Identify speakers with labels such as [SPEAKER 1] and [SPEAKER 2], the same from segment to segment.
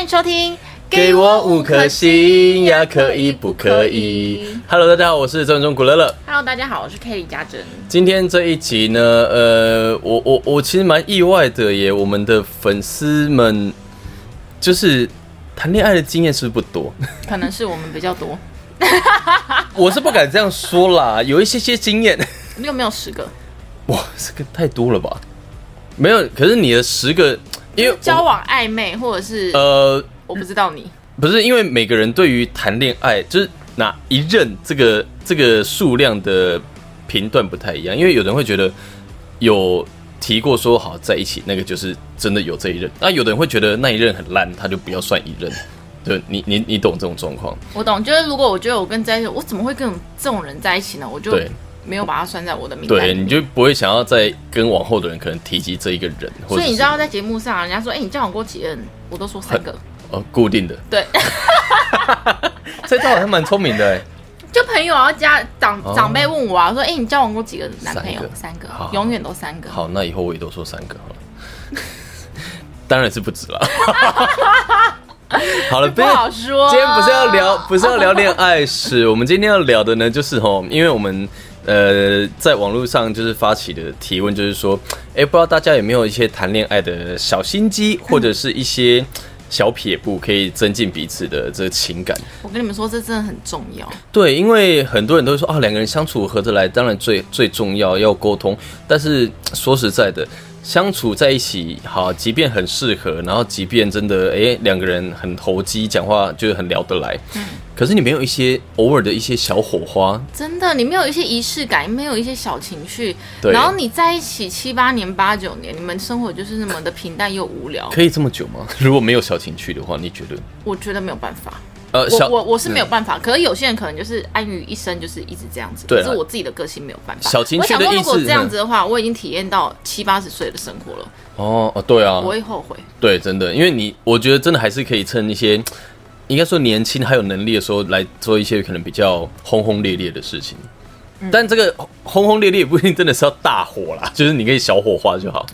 [SPEAKER 1] 迎收听，
[SPEAKER 2] 给我五颗星呀，可以不可以？Hello，大家好，我是郑中古乐乐。
[SPEAKER 1] Hello，大家好，我是 Kelly 家珍。
[SPEAKER 2] 今天这一集呢，呃，我我我其实蛮意外的耶，我们的粉丝们就是谈恋爱的经验是不是不多？
[SPEAKER 1] 可能是我们比较多，
[SPEAKER 2] 我是不敢这样说啦，有一些些经验。
[SPEAKER 1] 你有没有十个？
[SPEAKER 2] 哇，这个太多了吧？没有，可是你的十个，因为我
[SPEAKER 1] 交往暧昧，或者是
[SPEAKER 2] 呃，
[SPEAKER 1] 我不知道你，
[SPEAKER 2] 不是因为每个人对于谈恋爱就是哪一任这个这个数量的评断不太一样，因为有人会觉得有提过说好在一起，那个就是真的有这一任；那有的人会觉得那一任很烂，他就不要算一任。对你你你懂这种状况？
[SPEAKER 1] 我懂。就是如果我觉得我跟在一起，我怎么会跟这种人在一起呢？我就
[SPEAKER 2] 对
[SPEAKER 1] 没有把它算在我的名单
[SPEAKER 2] 对，
[SPEAKER 1] 里。
[SPEAKER 2] 你就不会想要再跟往后的人可能提及这一个人，或
[SPEAKER 1] 所
[SPEAKER 2] 者
[SPEAKER 1] 以你
[SPEAKER 2] 是
[SPEAKER 1] 知道，在节目上啊，人家说，哎、你交往过几任？我都说三个。
[SPEAKER 2] 哦固定的，
[SPEAKER 1] 对，
[SPEAKER 2] 这招好像蛮聪明的哎。
[SPEAKER 1] 就朋友啊，家长
[SPEAKER 2] 哦
[SPEAKER 1] 长辈问我啊，说，哎、你交往过几个男朋友？三
[SPEAKER 2] 三
[SPEAKER 1] 个，
[SPEAKER 2] 好
[SPEAKER 1] 永远都三个。
[SPEAKER 2] 好，那以后我也都说三个 好了。当然是不止了。 好了，
[SPEAKER 1] 不
[SPEAKER 2] 要
[SPEAKER 1] 好说。啊
[SPEAKER 2] 今天不是要聊，不是要聊恋爱史，我们今天要聊的呢，就是吼，因为我们呃在网络上就是发起的提问，就是说，哎、不知道大家有没有一些谈恋爱的小心机，或者是一些小撇步，可以增进彼此的这个情感。
[SPEAKER 1] 我跟你们说，这真的很重要。
[SPEAKER 2] 对，因为很多人都会说啊，两个人相处合得来，当然最最重要要沟通。但是说实在的，相处在一起好，即便很适合，然后即便真的诶两个人很投机，讲话就是很聊得来，
[SPEAKER 1] 嗯
[SPEAKER 2] 可是你没有一些偶尔的一些小火花，
[SPEAKER 1] 真的，你没有一些仪式感，没有一些小情绪，
[SPEAKER 2] 对
[SPEAKER 1] 然后你在一起七八年、八九年，你们生活就是那么的平淡又无聊，
[SPEAKER 2] 可以这么久吗？如果没有小情趣的话，你觉得？
[SPEAKER 1] 我觉得没有办法。
[SPEAKER 2] 呃，
[SPEAKER 1] 我
[SPEAKER 2] 小
[SPEAKER 1] 我我是没有办法，可是有些人可能就是安于一生，就是一直这样子。
[SPEAKER 2] 对
[SPEAKER 1] 可
[SPEAKER 2] 啦
[SPEAKER 1] 是我自己的个性没有办法。
[SPEAKER 2] 小情
[SPEAKER 1] 我
[SPEAKER 2] 绪的
[SPEAKER 1] 想说，如果
[SPEAKER 2] 意思嗯
[SPEAKER 1] 这样子的话，我已经体验到七八十岁的生活了，
[SPEAKER 2] 哦哦，对啊，
[SPEAKER 1] 我会后悔。
[SPEAKER 2] 对，真的，因为你，我觉得真的还是可以趁一些，应该说年轻还有能力的时候来做一些可能比较轰轰烈烈的事情。
[SPEAKER 1] 嗯
[SPEAKER 2] 但这个轰轰烈烈也不一定真的是要大火啦， 就是你可以小火花就好。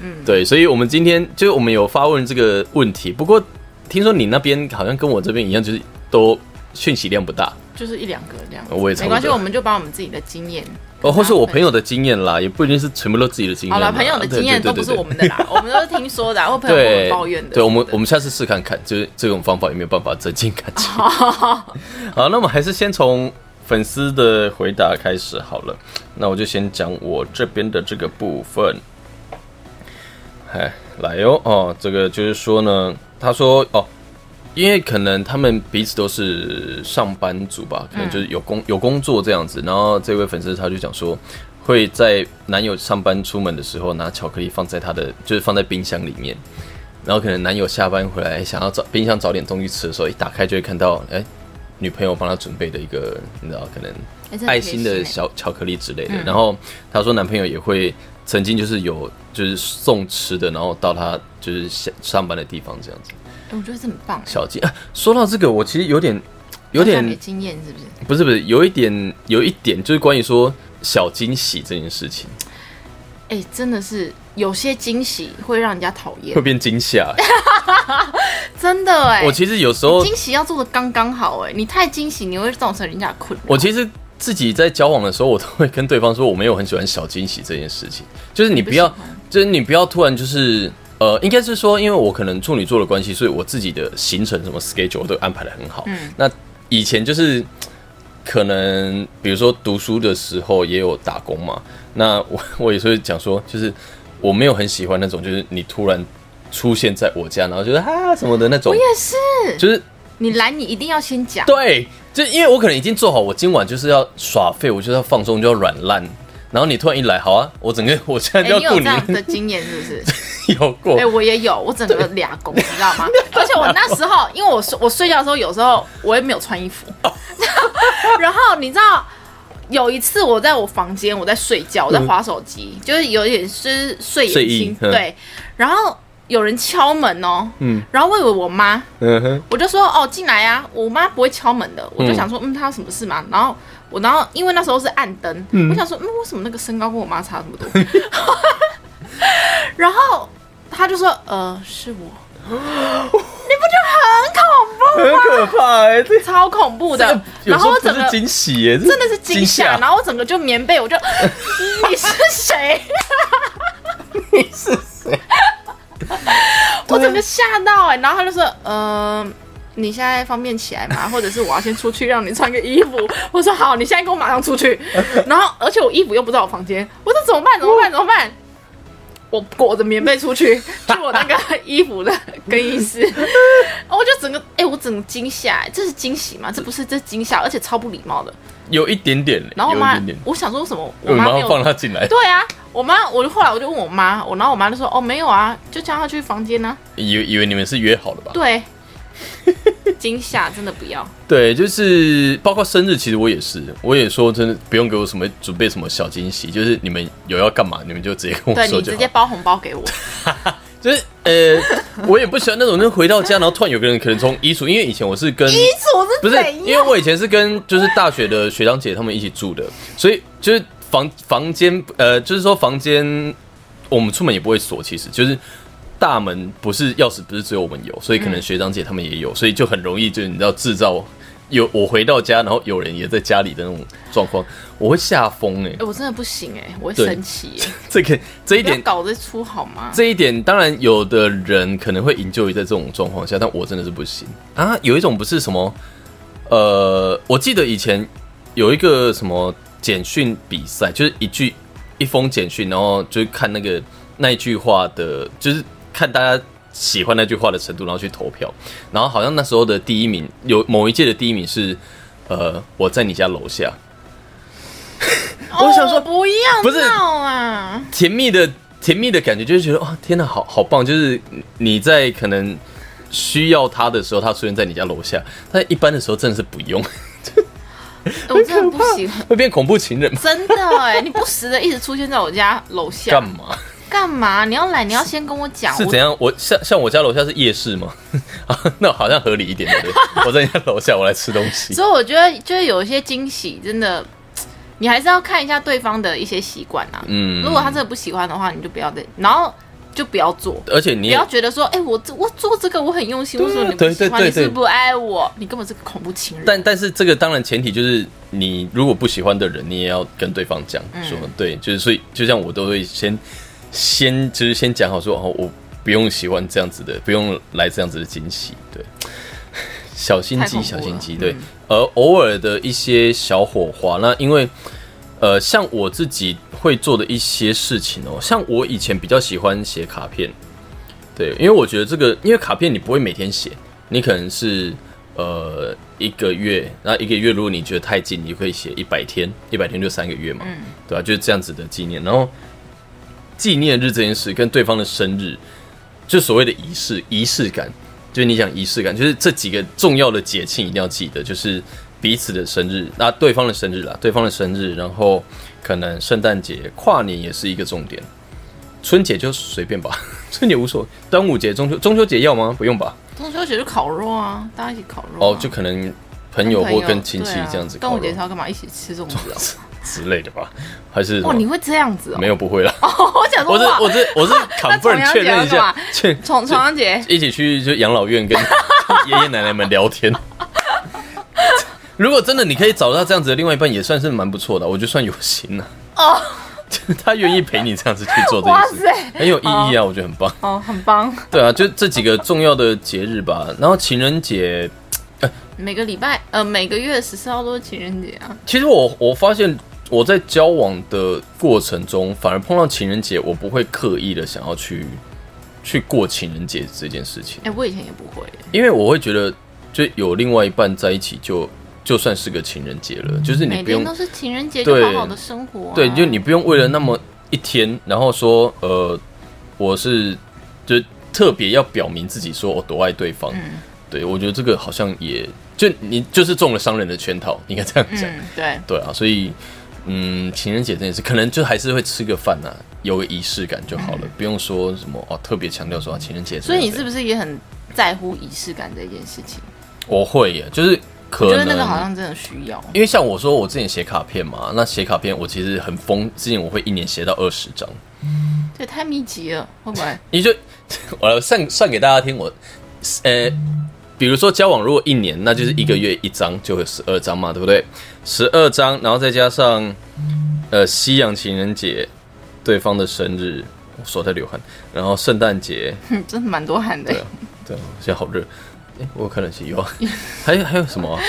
[SPEAKER 2] 嗯，对，所以我们今天就是我们有发问这个问题，不过听说你那边好像跟我这边一样，就是都讯息量不大，
[SPEAKER 1] 就是一两个这样子，
[SPEAKER 2] 我也差
[SPEAKER 1] 没
[SPEAKER 2] 不多
[SPEAKER 1] 关系，我们就把我们自己的经验
[SPEAKER 2] 哦，或是我朋
[SPEAKER 1] 友
[SPEAKER 2] 友的经验啦，也不一定是全部都自己的经验
[SPEAKER 1] 好
[SPEAKER 2] 啦。
[SPEAKER 1] 了，哦朋友的经验
[SPEAKER 2] 对
[SPEAKER 1] 都不
[SPEAKER 2] 对对
[SPEAKER 1] 是
[SPEAKER 2] 对
[SPEAKER 1] 我们的啦，我们都是听说的啊，或朋友跟我
[SPEAKER 2] 对，
[SPEAKER 1] 们抱怨的。
[SPEAKER 2] 对我们，我们下次试看看，就是这种方法有没有办法增进感 情。 好，那我们还是先从粉丝的回答开始好了。那我就先讲我这边的这个部分。哎，来哟、哦，这个就是说呢，他说哦，因为可能他们彼此都是上班族
[SPEAKER 1] 嗯
[SPEAKER 2] 吧，可能就是有工、有工作这样子。然后这位粉丝他就讲说，会在男友上班出门的时候拿巧克力放在他的，就是放在冰箱里面。然后可能男友下班回来想要找冰箱找点东西吃的时候，一打开就会看到，哎，女朋友帮他准备的一个，你知道，可能
[SPEAKER 1] 哎真的
[SPEAKER 2] 爱
[SPEAKER 1] 很贴
[SPEAKER 2] 心
[SPEAKER 1] 心
[SPEAKER 2] 的
[SPEAKER 1] 哎
[SPEAKER 2] 小巧克力之类的。然后她说，男朋友也会曾经就是有就是送吃的，然后到她就是下上班的地方这样子。
[SPEAKER 1] 哎我觉得这很棒，
[SPEAKER 2] 小金、啊，说到这个，我其实有点有
[SPEAKER 1] 好像没
[SPEAKER 2] 点
[SPEAKER 1] 经验是不是？
[SPEAKER 2] 不是不是，有一点有一点就是关于说小惊喜这件事情
[SPEAKER 1] 哎、真的是有些惊喜会让人家讨厌
[SPEAKER 2] 会，变 惊吓、
[SPEAKER 1] 真的哎、
[SPEAKER 2] 我其实有时候
[SPEAKER 1] 惊喜要做的刚刚好哎、你太惊喜你会造成人家的困扰。
[SPEAKER 2] 我其实自己在交往的时候，我都会跟对方说，我没有很喜欢小惊喜这件事情。就是你不要
[SPEAKER 1] 你不喜，
[SPEAKER 2] 就是你不要突然就是呃，应该是说，因为我可能处女座的关系，所以我自己的行程什么 schedule 我都安排的很好。
[SPEAKER 1] 嗯
[SPEAKER 2] 那以前就是可能比如说读书的时候也有打工嘛，那我我也是会讲说，就是我没有很喜欢那种，就是你突然出现在我家，然后就是啊什么的那种
[SPEAKER 1] 我，也是，
[SPEAKER 2] 就是
[SPEAKER 1] 你来你一定要先讲，
[SPEAKER 2] 对，就因为我可能已经做好，我今晚就是要耍废，我就是要放松，就要软烂。然后你突然一来，好啊，我整个我现在
[SPEAKER 1] 哎、
[SPEAKER 2] 就
[SPEAKER 1] 你
[SPEAKER 2] 要顾
[SPEAKER 1] 有
[SPEAKER 2] 你
[SPEAKER 1] 这，样的经验是不是？
[SPEAKER 2] 有过
[SPEAKER 1] 哎、我也有，我整个俩拱，你知道 吗？而且我那时候，因为我睡我睡觉的时候，有时候我也没有穿衣服，然后你知道。有一次我在我房间，我在睡觉，我在划手机，就是有点是睡眼
[SPEAKER 2] 嗯睡意
[SPEAKER 1] 惺
[SPEAKER 2] 嗯
[SPEAKER 1] 对，然后有人敲门哦，嗯，然后我以为我妈，
[SPEAKER 2] 嗯哼，
[SPEAKER 1] 我就说哦进来啊，我妈不会敲门的，我就想说嗯她有什么事吗？然后我然后因为那时候是暗灯，我想说嗯为什么那个身高跟我妈差这么多？ 然后她就说呃是我，你不觉得恐怖，
[SPEAKER 2] 很可怕哎、这
[SPEAKER 1] 超恐怖的。
[SPEAKER 2] 这有
[SPEAKER 1] 然
[SPEAKER 2] 时
[SPEAKER 1] 后
[SPEAKER 2] 候
[SPEAKER 1] 我
[SPEAKER 2] 不
[SPEAKER 1] 整
[SPEAKER 2] 是
[SPEAKER 1] 个
[SPEAKER 2] 惊喜耶，真
[SPEAKER 1] 真的是惊吓，然后我整个就棉被，我 就你是谁？
[SPEAKER 2] 你是谁？
[SPEAKER 1] 我整个吓到哎、然后他就说，嗯、你现在方便起来 吗？或者是我要先出去让你穿个衣服？我说好，你现在跟我马上出去。 然后，而且我衣服又不在我房间，我说怎么办？怎么
[SPEAKER 2] 哦
[SPEAKER 1] 办？怎么办？我裹着棉被出 去，去我那个衣服的更衣室，我就整个哎、我整个惊吓、哎这是惊喜吗？这不是，这是惊吓，而且超不礼貌的。
[SPEAKER 2] 有一点点，
[SPEAKER 1] 然后我
[SPEAKER 2] 有一
[SPEAKER 1] 妈
[SPEAKER 2] 点点，，
[SPEAKER 1] 我想说为什么我
[SPEAKER 2] 我
[SPEAKER 1] 妈
[SPEAKER 2] 妈
[SPEAKER 1] 没有
[SPEAKER 2] 放他进来，
[SPEAKER 1] 对啊，我妈，我就后来我就问我妈，我然后我妈就说，哦，没有啊，就叫她去房间呢、
[SPEAKER 2] 以为以为你们是约好的吧？
[SPEAKER 1] 对， 惊吓真的不
[SPEAKER 2] 哦
[SPEAKER 1] 要，
[SPEAKER 2] 对，就是包括生日，其实我也是，我也说真的不用给我什么准备什么小惊喜，就是你们有要干嘛，你们就直接跟我
[SPEAKER 1] 对
[SPEAKER 2] 说
[SPEAKER 1] 你
[SPEAKER 2] 就
[SPEAKER 1] 直
[SPEAKER 2] 好
[SPEAKER 1] 接。包红包给我，
[SPEAKER 2] 就是呃，我也不喜欢那种，就是回到家然后突然有个人可能从衣橱，因为以前我是跟
[SPEAKER 1] 楚
[SPEAKER 2] 不是，因为我以前是跟就是大学的学长姐他们一起住的，所以就是房房间呃，就是说房间我们出门也不会锁，其实就是大门不是钥匙不是只有我们有，所以可能学长姐他们也有，所以就很容易就是你知道制造有我回到家，然后有人也在家里的那种状况，我会吓疯哎
[SPEAKER 1] 哎、，我真的不行哎、我会
[SPEAKER 2] 对
[SPEAKER 1] 生气、哎
[SPEAKER 2] 这个这一
[SPEAKER 1] 不要
[SPEAKER 2] 点。
[SPEAKER 1] 搞这出好吗？
[SPEAKER 2] 这一点当然，有的人可能会营救于在这种状况下，但我真的是不行啊。有一种不是什么，呃，我记得以前有一个什么简讯比赛，就是一句一封简讯，然后就是看那个那一句话的，就是看大家喜欢那句话的程度，然后去投票。然后好像那时候的第一名，有某一届的第一名是，呃，我在你家楼下，
[SPEAKER 1] 哦
[SPEAKER 2] 我想说
[SPEAKER 1] 不要
[SPEAKER 2] 不是
[SPEAKER 1] 闹啊，
[SPEAKER 2] 甜蜜的甜蜜的感觉，就是觉得哇，天哪，好好棒！就是你在可能需要他的时候，他出现在你家楼下；但一般的时候，真的是不用，
[SPEAKER 1] 哎我真的不喜欢，
[SPEAKER 2] 会变恐怖情人吗？
[SPEAKER 1] 真的哎、你不时的一直出现在我家楼下
[SPEAKER 2] 干嘛？
[SPEAKER 1] 干嘛？你要来，你要先跟我讲，
[SPEAKER 2] 是
[SPEAKER 1] 我
[SPEAKER 2] 怎样？我像像我家楼下是夜市吗？啊 那好像合理一点，对 不对？我在你家楼下，我来吃东西。
[SPEAKER 1] 所以我觉得，就是有一些惊喜，真的，你还是要看一下对方的一些习惯啊。
[SPEAKER 2] 嗯
[SPEAKER 1] 如果他真的不喜欢的话，你就不要再，然后就不要做，
[SPEAKER 2] 而且你
[SPEAKER 1] 不
[SPEAKER 2] 也
[SPEAKER 1] 要觉得说，哎、我这我做这个我很用心，
[SPEAKER 2] 对啊
[SPEAKER 1] 为什么你不喜欢？
[SPEAKER 2] 对对对
[SPEAKER 1] 你是不是不爱我？你根本是个恐怖情人。
[SPEAKER 2] 但但是这个当然前提就是你如果不喜欢的人，你也要跟对方讲
[SPEAKER 1] 嗯
[SPEAKER 2] 说，对，就是所以就像我都会先先就是先讲好说哦，我不用喜欢这样子的，不用来这样子的惊喜，对， 小心
[SPEAKER 1] 太
[SPEAKER 2] 机
[SPEAKER 1] 恐怖
[SPEAKER 2] 小心机，
[SPEAKER 1] 了
[SPEAKER 2] 对
[SPEAKER 1] 嗯，
[SPEAKER 2] 而偶尔的一些小火花，那因为。呃，像我自己会做的一些事情哦，像我以前比较喜欢写卡片，对，因为我觉得这个，因为卡片你不会每天写，你可能是呃一个月，那一个月如果你觉得太近，你可以写一百天，一百天就三个月
[SPEAKER 1] 嗯
[SPEAKER 2] 嘛，对吧、就是这样子的纪念。然后纪念日这件事跟对方的生日，就所谓的仪式仪式感，就是你讲仪式感，就是这几个重要的节庆一定要记得，就是彼此的生日，那对方的生日啦，对方的生日，然后可能圣诞节、跨年也是一个重点。春节就随便吧， 春节无所谓。端午节、中秋中秋节要吗？不用吧。
[SPEAKER 1] 中秋节就烤肉啊，大家一起烤肉啊、
[SPEAKER 2] 哦，就可能朋友
[SPEAKER 1] 跟
[SPEAKER 2] 或跟亲戚
[SPEAKER 1] 对啊
[SPEAKER 2] 这样子
[SPEAKER 1] 端
[SPEAKER 2] 烤
[SPEAKER 1] 午
[SPEAKER 2] 肉
[SPEAKER 1] 节是要干嘛？一起吃粽 子哦。
[SPEAKER 2] 之类的吧？还是什
[SPEAKER 1] 哇，
[SPEAKER 2] 么
[SPEAKER 1] 你会这样子哦？
[SPEAKER 2] 没有不会啦。
[SPEAKER 1] 我想说，
[SPEAKER 2] 我是
[SPEAKER 1] 哇
[SPEAKER 2] 我是我是 confirm 确认
[SPEAKER 1] 重阳节要
[SPEAKER 2] 一下
[SPEAKER 1] 干嘛，
[SPEAKER 2] 确
[SPEAKER 1] 重重阳节
[SPEAKER 2] 一起去就养老院跟 跟爷爷奶奶们聊天。如果真的你可以找到这样子的另外一半，也算是蛮不错的，我就算有心了、
[SPEAKER 1] 哦
[SPEAKER 2] 他愿意陪你这样子去做这
[SPEAKER 1] 哇
[SPEAKER 2] 件事，
[SPEAKER 1] 塞，
[SPEAKER 2] 很有意义啊，我觉得很棒。
[SPEAKER 1] 哦，很棒，
[SPEAKER 2] 对啊，就这几个重要的节日吧。然后情人节，
[SPEAKER 1] 每个礼拜呃每个月十四号都是情人节啊。
[SPEAKER 2] 其实我我发现我在交往的过程中，反而碰到情人节，我不会刻意的想要去去过情人节这件事情
[SPEAKER 1] 哎、，我以前也不会、
[SPEAKER 2] 因为我会觉得，就有另外一半在一起就就算是个情人节了，就是你
[SPEAKER 1] 嗯每
[SPEAKER 2] 不
[SPEAKER 1] 天
[SPEAKER 2] 用
[SPEAKER 1] 都是情人节，就
[SPEAKER 2] 对
[SPEAKER 1] 好好的生活、啊。
[SPEAKER 2] 对，就你不用为了那么一天，然后说呃，我是就特别要表明自己说我多爱对方。
[SPEAKER 1] 嗯
[SPEAKER 2] 对我觉得这个好像也就你就是中了商人的圈套，应该这样讲。
[SPEAKER 1] 嗯，对，
[SPEAKER 2] 对啊，所以嗯，情人节这件事，可能就还是会吃个饭呐、啊，有个仪式感就好了，不用说什么哦，特别强调说啊，情人节
[SPEAKER 1] 嗯
[SPEAKER 2] 怎
[SPEAKER 1] 所
[SPEAKER 2] 么
[SPEAKER 1] 以
[SPEAKER 2] 样。
[SPEAKER 1] 你是不是也很在乎仪式感这件事情？
[SPEAKER 2] 我会耶，就是可
[SPEAKER 1] 我觉
[SPEAKER 2] 能
[SPEAKER 1] 得那个好像真的需要。
[SPEAKER 2] 因为像我说，我之前写卡片嘛，那写卡片我其实很疯，之前我会一年写到二十张，
[SPEAKER 1] 对， 太密集了，会不会？
[SPEAKER 2] 你就我来算算给大家听，我呃比如说交往如果一年，那就是一个月一张，就有十二张嘛，对不对？十二张，然后再加上呃西洋情人节、对方的生日，我手在流汗，然后圣诞节，
[SPEAKER 1] 嗯，真的蛮多汗的
[SPEAKER 2] 对。啊，对啊，现在好热，哎，我有看冷气有啊，还有还有什么啊、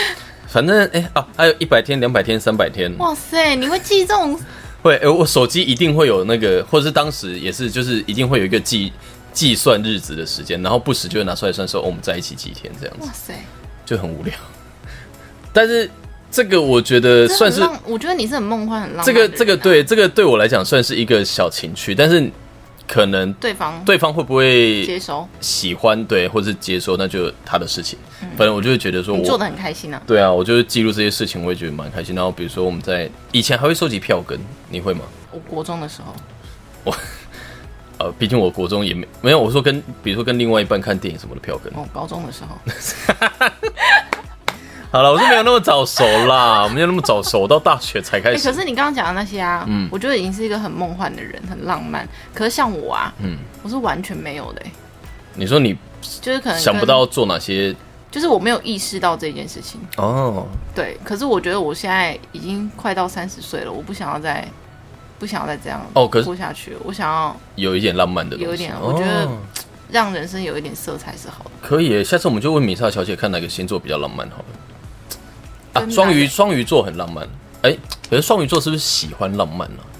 [SPEAKER 2] 反正哎啊，还有一百天、两百天、三百天，
[SPEAKER 1] 哇塞，你会记这种？
[SPEAKER 2] 会，哎，我手机一定会有那个，或者是当时也是，就是一定会有一个计计算日子的时间，然后不时就会拿出来算说，哦，我们在一起几天这样子
[SPEAKER 1] 哇，塞，
[SPEAKER 2] 就很无聊。 但是这个我觉
[SPEAKER 1] 真
[SPEAKER 2] 得
[SPEAKER 1] 的
[SPEAKER 2] 算是
[SPEAKER 1] 很浪我觉得你是很梦幻、很浪漫
[SPEAKER 2] 这
[SPEAKER 1] 的
[SPEAKER 2] 个
[SPEAKER 1] 人啊。
[SPEAKER 2] 这个对这个对我来讲算是一个小情趣，但是可能
[SPEAKER 1] 对方
[SPEAKER 2] 对方会不
[SPEAKER 1] 接
[SPEAKER 2] 会
[SPEAKER 1] 收，
[SPEAKER 2] 喜欢对，或是接受，那就他的事情。反正我就会觉得说
[SPEAKER 1] 嗯你做的
[SPEAKER 2] 我。
[SPEAKER 1] 很开心啊。
[SPEAKER 2] 对啊，我就是记录这些事情，我也觉得蛮开心。然后比如说我们在以前还会收集票根，你会吗？
[SPEAKER 1] 我国中的时候，
[SPEAKER 2] 呃，毕竟我国中也没没有，我说跟比如说跟另外一半看电影什么的票根。
[SPEAKER 1] 我哦高中的时候，
[SPEAKER 2] 好了，我是没有那么早熟啦，没有那么早熟，我到大学才开
[SPEAKER 1] 哎、
[SPEAKER 2] 始。
[SPEAKER 1] 可是你刚刚讲的那些啊，
[SPEAKER 2] 嗯
[SPEAKER 1] 我觉得已经是一个很梦幻的人，很浪漫。可是像我啊，
[SPEAKER 2] 嗯
[SPEAKER 1] 我是完全没有的、哎
[SPEAKER 2] 你说你
[SPEAKER 1] 就是可能
[SPEAKER 2] 想不
[SPEAKER 1] 跟，
[SPEAKER 2] 到做哪些
[SPEAKER 1] 就是我没有意识到这件事情。
[SPEAKER 2] 哦，
[SPEAKER 1] 对，可是我觉得我现在已经快到三十岁了，我不想要再，不想要再这样
[SPEAKER 2] 哦可是
[SPEAKER 1] 过下去了。我想要
[SPEAKER 2] 有一点浪漫的东西。
[SPEAKER 1] 有一点我觉得
[SPEAKER 2] 哦
[SPEAKER 1] 让人生有一点色彩是好的。
[SPEAKER 2] 可以耶，下次我们就问米莎小姐看哪个星座比较浪漫好了。啊，
[SPEAKER 1] 真的
[SPEAKER 2] 双鱼双鱼座很浪漫，哎、可是双鱼座是不是喜欢浪漫呢、啊？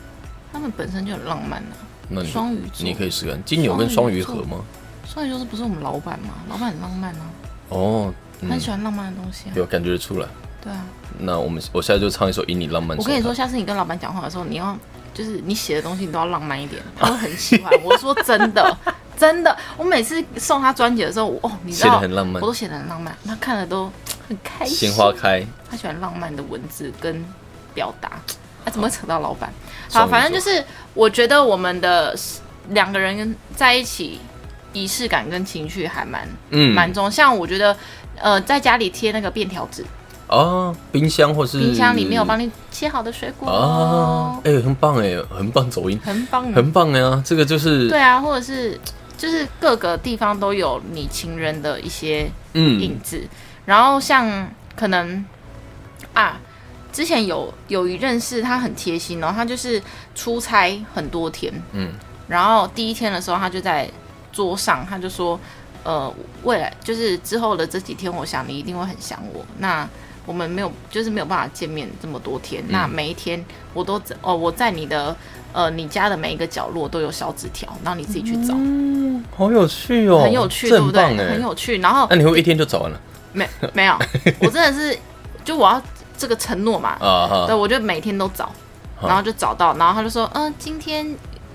[SPEAKER 1] 他们本身就很浪漫啊。
[SPEAKER 2] 那你
[SPEAKER 1] 双鱼座
[SPEAKER 2] 你可以试看金牛跟双鱼合
[SPEAKER 1] 双鱼
[SPEAKER 2] 吗？
[SPEAKER 1] 双鱼座是不是我们老板嘛？老板很浪漫啊，
[SPEAKER 2] 哦，
[SPEAKER 1] 他很喜欢浪漫的东西啊。
[SPEAKER 2] 有感觉得出来。
[SPEAKER 1] 对啊，那
[SPEAKER 2] 那我们我现在就唱一首《以你浪漫》。
[SPEAKER 1] 我跟你说，，下次你跟老板讲话的时候，你要就是你写的东西你都要浪漫一点，他会很喜欢。我说真的， 真的，我每次送他专辑的时候，我哦，你知道
[SPEAKER 2] 写得很浪漫
[SPEAKER 1] 我都写的很浪漫，他看了都很开心。
[SPEAKER 2] 鲜花开，
[SPEAKER 1] 他喜欢浪漫的文字跟表达。他、怎么会扯到老板？
[SPEAKER 2] 双
[SPEAKER 1] 好，
[SPEAKER 2] 鱼座
[SPEAKER 1] 反正就是我觉得我们的两个人在一起，仪式感跟情绪还蛮
[SPEAKER 2] 嗯，
[SPEAKER 1] 蛮重。像我觉得，呃，在家里贴那个便条纸，
[SPEAKER 2] 啊，冰箱或是
[SPEAKER 1] 冰箱里面有帮
[SPEAKER 2] 你
[SPEAKER 1] 你切好的水果
[SPEAKER 2] 啊
[SPEAKER 1] 哦，，
[SPEAKER 2] 哎、很棒哎，很棒走音，
[SPEAKER 1] 很棒。
[SPEAKER 2] 很棒呀，这个就是
[SPEAKER 1] 对啊，或者是就是各个地方都有你情人的一些
[SPEAKER 2] 嗯
[SPEAKER 1] 影子。然后像可能啊，之前有有一认识他很贴心哦，他就是出差很多天，
[SPEAKER 2] 嗯，
[SPEAKER 1] 然后第一天的时候他就在桌上，他就说，呃，未来就是之后的这几天，我想你一定会很想我。那我们没有，就是没有办法见面这么多
[SPEAKER 2] 嗯
[SPEAKER 1] 天。那每一天我都在哦，我在你的呃你家的每一个角落都有小纸条，然后你自己去找，
[SPEAKER 2] 嗯，好有趣哦，
[SPEAKER 1] 很有趣，
[SPEAKER 2] 这
[SPEAKER 1] 对不
[SPEAKER 2] 很
[SPEAKER 1] 对？
[SPEAKER 2] 棒哎，
[SPEAKER 1] 很有趣。然后
[SPEAKER 2] 那你会不会一天就找完了
[SPEAKER 1] 没没 有，我真的是就我要这个承诺嘛，
[SPEAKER 2] 啊？哈
[SPEAKER 1] 对，我就每天都找，
[SPEAKER 2] 好
[SPEAKER 1] 然后就找到，然后他就说，嗯、今天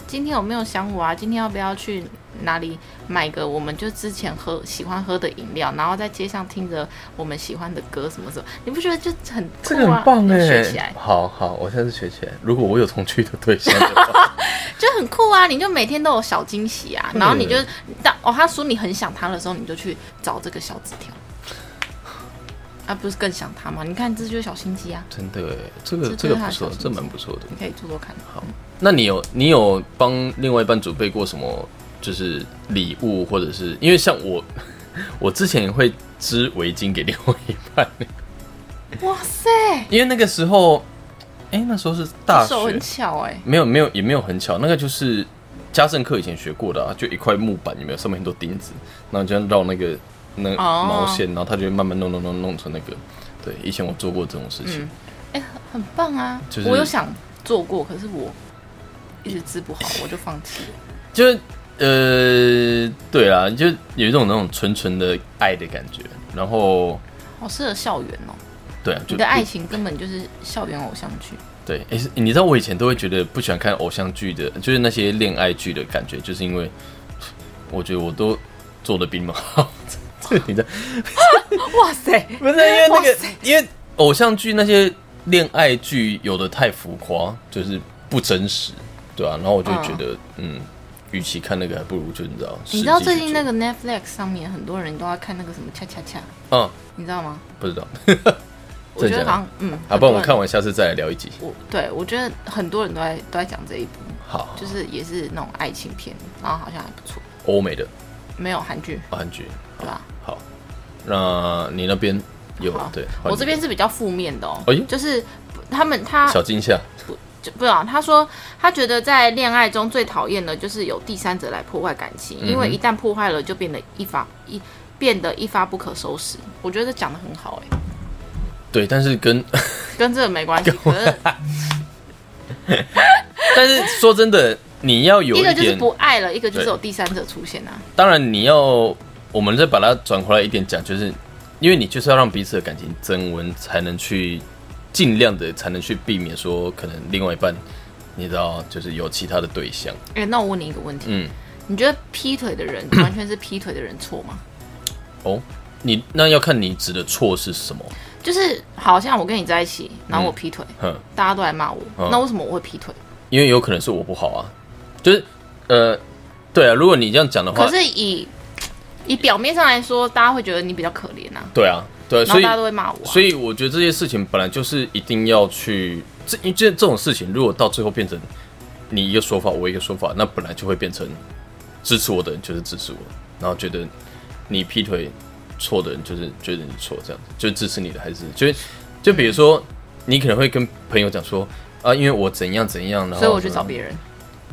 [SPEAKER 1] 今天有没有想我啊？今天要不要去哪里买个我们就之前喝喜欢喝的饮料，然后在街上听着我们喜欢的歌什么什么？你不觉得就很
[SPEAKER 2] 这个
[SPEAKER 1] 酷啊？
[SPEAKER 2] 很棒
[SPEAKER 1] 学起来
[SPEAKER 2] 哎，好好，我下次学起来。如果我有同居的对象的 话，
[SPEAKER 1] 就很酷啊！你就每天都有小惊喜啊，然后你就
[SPEAKER 2] 嗯
[SPEAKER 1] 当哦他说你很想他的时候，你就去找这个小纸条。啊，不是更想他吗？你看，这就是小心机啊！
[SPEAKER 2] 真的哎，
[SPEAKER 1] 这
[SPEAKER 2] 这个这
[SPEAKER 1] 真的
[SPEAKER 2] 个不
[SPEAKER 1] 还
[SPEAKER 2] 错
[SPEAKER 1] 小，心
[SPEAKER 2] 这
[SPEAKER 1] 机
[SPEAKER 2] 蛮不错的
[SPEAKER 1] 你。可以做做看。
[SPEAKER 2] 好，那你有你有帮另外一半准备过什么？就是礼物，或者是因为像我， 我之前也会织围巾给另外一半，
[SPEAKER 1] 哇塞，
[SPEAKER 2] 因为那个时候，哎、那时候是大
[SPEAKER 1] 手
[SPEAKER 2] 学
[SPEAKER 1] 很，巧哎、
[SPEAKER 2] 没有没有也没有很巧，那个就是家政课以前学过的啊，就一块木板，有没有上面很多钉子，然后就绕那个那个
[SPEAKER 1] 哦
[SPEAKER 2] 毛线，然后它就会慢慢弄弄弄弄成那个。对，以前我做过这种事情，
[SPEAKER 1] 嗯哎、很棒啊！
[SPEAKER 2] 就是
[SPEAKER 1] 我有想做过，可是我一直治不好，我就放弃了。
[SPEAKER 2] 就是呃，对啦，就有一种那种纯纯的爱的感觉。然后，
[SPEAKER 1] 好适合校园哦，
[SPEAKER 2] 对啊，就
[SPEAKER 1] 你的爱情根本就是校园偶像剧。
[SPEAKER 2] 对，诶是你知道我以前都会觉得不喜欢看偶像剧的，就是那些恋爱剧的感觉，就是因为我觉得我都做的比你们好。 这个你知道，
[SPEAKER 1] 哇塞，
[SPEAKER 2] 不是因为那个
[SPEAKER 1] 哇塞，
[SPEAKER 2] 因为偶像剧那些恋爱剧有的太浮夸，就是不真实，对啊，然后我就觉得，嗯，与其看那个，还不如就你知道，
[SPEAKER 1] 你知道
[SPEAKER 2] 实际去
[SPEAKER 1] 最近那
[SPEAKER 2] 做，
[SPEAKER 1] 个 Netflix 上面很多人都要看那个什么恰恰恰，
[SPEAKER 2] 嗯，
[SPEAKER 1] 你知道吗？
[SPEAKER 2] 不知道，
[SPEAKER 1] 我觉
[SPEAKER 2] 真
[SPEAKER 1] 得
[SPEAKER 2] 的假的
[SPEAKER 1] 好像嗯，
[SPEAKER 2] 好，
[SPEAKER 1] 很
[SPEAKER 2] 不
[SPEAKER 1] 多
[SPEAKER 2] 然
[SPEAKER 1] 人
[SPEAKER 2] 我看完下次再来聊一集。
[SPEAKER 1] 我对我觉得很多人都在都在讲这一部，
[SPEAKER 2] 好，
[SPEAKER 1] 就是也是那种爱情片，然后好像还不错，
[SPEAKER 2] 欧美的
[SPEAKER 1] 没有韩剧
[SPEAKER 2] 韩剧，
[SPEAKER 1] 对吧？
[SPEAKER 2] 好，那你那边有
[SPEAKER 1] 好
[SPEAKER 2] 对？
[SPEAKER 1] 我这边
[SPEAKER 2] 换
[SPEAKER 1] 是比较负面的哦
[SPEAKER 2] 哎呦，
[SPEAKER 1] 就是他们他
[SPEAKER 2] 你小惊吓，
[SPEAKER 1] 就不知道，他说他觉得在恋爱中最讨厌的就是有第三者来破坏感
[SPEAKER 2] 嗯
[SPEAKER 1] 情，因为一旦破坏了，就变得一发一变得一发不可收拾。我觉得这讲的很好、 欸，
[SPEAKER 2] 对，但是跟
[SPEAKER 1] 跟这个没关系。可是
[SPEAKER 2] 但是说真的，你要 有
[SPEAKER 1] 一个就是
[SPEAKER 2] 点，
[SPEAKER 1] 不爱了，一个就是
[SPEAKER 2] 对
[SPEAKER 1] 有第三者出现啊。
[SPEAKER 2] 当然你要，我们再把它转回来一点讲，就是因为你就是要让彼此的感情增温，才能去尽量的才能去避免说可能另外一半，你知道就是有其他的对象，
[SPEAKER 1] 哎、那我问你一个问题，
[SPEAKER 2] 嗯，
[SPEAKER 1] 你觉得劈腿的 人完全是劈腿的人错吗？
[SPEAKER 2] 哦，你那要看你指的错是什么，
[SPEAKER 1] 就是好像我跟你在一起，然后我劈腿，
[SPEAKER 2] 哼。
[SPEAKER 1] 大家都来骂我，
[SPEAKER 2] 嗯
[SPEAKER 1] 那为什么我会劈腿？
[SPEAKER 2] 因为有可能是我不好啊，就是呃，对啊，如果你这样讲的话
[SPEAKER 1] 可，是以以表面上来说，大家会觉得你比较可怜啊，
[SPEAKER 2] 对啊，对啊
[SPEAKER 1] 然后
[SPEAKER 2] 所以
[SPEAKER 1] 大家都会骂我、啊。
[SPEAKER 2] 所以我觉得这些事情本来就是一定要去，这因为这这种事情如果到最后变成你一个说法，我一个说法，那本来就会变成支持我的人就是支持我，然后觉得你劈腿错的人就是觉得你错，这样子就支持你的还是就是就比如说你可能会跟朋友讲说啊，因为我怎样怎样，然后
[SPEAKER 1] 所以我去找别
[SPEAKER 2] 人，
[SPEAKER 1] 人，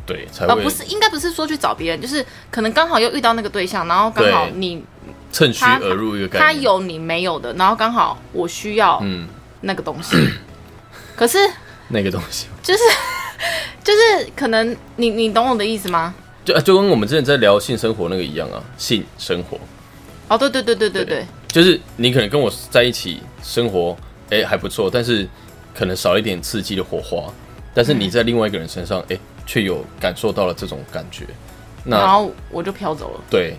[SPEAKER 2] 对，才
[SPEAKER 1] 呃，
[SPEAKER 2] 会
[SPEAKER 1] 不是，应该不是说去找别人，就是可能刚好又遇到那个对象，然后刚好
[SPEAKER 2] 对
[SPEAKER 1] 你
[SPEAKER 2] 趁虚
[SPEAKER 1] 他
[SPEAKER 2] 而入一个概念，
[SPEAKER 1] 他有你没有的，然后刚好我需要
[SPEAKER 2] 嗯
[SPEAKER 1] 那个 东西，可是
[SPEAKER 2] 那个东西。
[SPEAKER 1] 就是就是可能你你懂我的意思吗？
[SPEAKER 2] 就啊就跟我们之前在聊性生活那个一样啊，性生活
[SPEAKER 1] 哦，对对对对对对，
[SPEAKER 2] 就是你可能跟我在一起生活，哎、还不错，但是可能少一点刺激的火花，但是你在另外一个人身上，哎、却有感受到了这种感觉，
[SPEAKER 1] 然
[SPEAKER 2] 那
[SPEAKER 1] 后我就飘走了，
[SPEAKER 2] 对，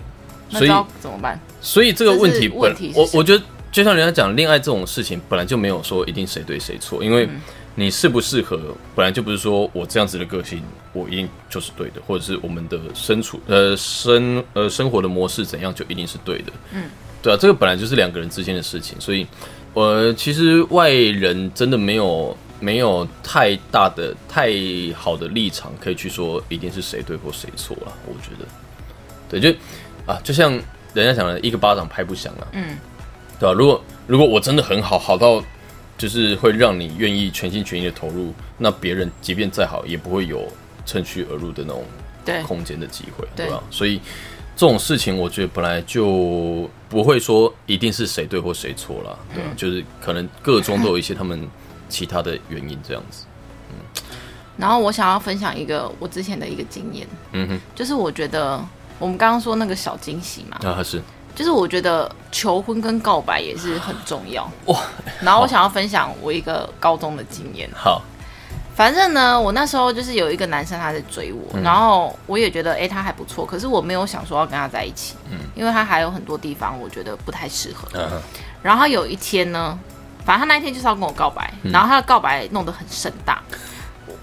[SPEAKER 1] 那
[SPEAKER 2] 所
[SPEAKER 1] 知
[SPEAKER 2] 以
[SPEAKER 1] 道怎么办？
[SPEAKER 2] 所以这个问
[SPEAKER 1] 这
[SPEAKER 2] 题
[SPEAKER 1] 是
[SPEAKER 2] 本
[SPEAKER 1] 问题是
[SPEAKER 2] 我
[SPEAKER 1] 什么
[SPEAKER 2] 我觉得就像人家讲，恋爱这种事情本来就没有说一定谁对谁错，因为
[SPEAKER 1] 嗯
[SPEAKER 2] 你适不适合本来就不是说我这样子的个性我一定就是对的，或者是我们的身处呃生呃生活的模式怎样就一定是对的，嗯，对啊，这个本来就是两个人之间的事情，所以呃其实外人真的没有。没有太大的、太好的立场可以去说一定是谁对或谁错了，我觉得。对，就啊，就像人家讲的，一个巴掌拍不响啊，嗯，对吧、如果如果我真的很好，好到就是会让你愿意全心全意的投入，那别人即便再好，也不会有趁虚而入的那种
[SPEAKER 1] 对，
[SPEAKER 2] 空间的机会，
[SPEAKER 1] 对
[SPEAKER 2] 对吧、所以这种事情，我觉得本来就不会说一定是谁对或谁错啦，对
[SPEAKER 1] 嗯
[SPEAKER 2] 吧、就是可能各中都有一些他们其他的原因这样子，
[SPEAKER 1] 然后我想要分享一个我之前的一个经验，
[SPEAKER 2] 嗯哼，
[SPEAKER 1] 就是我觉得我们刚刚说那个小惊喜嘛，
[SPEAKER 2] 那还是
[SPEAKER 1] 就是我觉得求婚跟告白也是很重要
[SPEAKER 2] 哇。
[SPEAKER 1] 然后我想要分享我一个高中的经验。
[SPEAKER 2] 好，
[SPEAKER 1] 反正呢，我那时候就是有一个男生他在追我，
[SPEAKER 2] 嗯
[SPEAKER 1] 然后我也觉得诶他还不错，可是我没有想说要跟他在一起，因为他还有很多地方我觉得不太适合。
[SPEAKER 2] 嗯、哼
[SPEAKER 1] 然后他有一天呢，反正他那一天就是要跟我告白，
[SPEAKER 2] 嗯
[SPEAKER 1] 然后他的告白弄得很盛大。我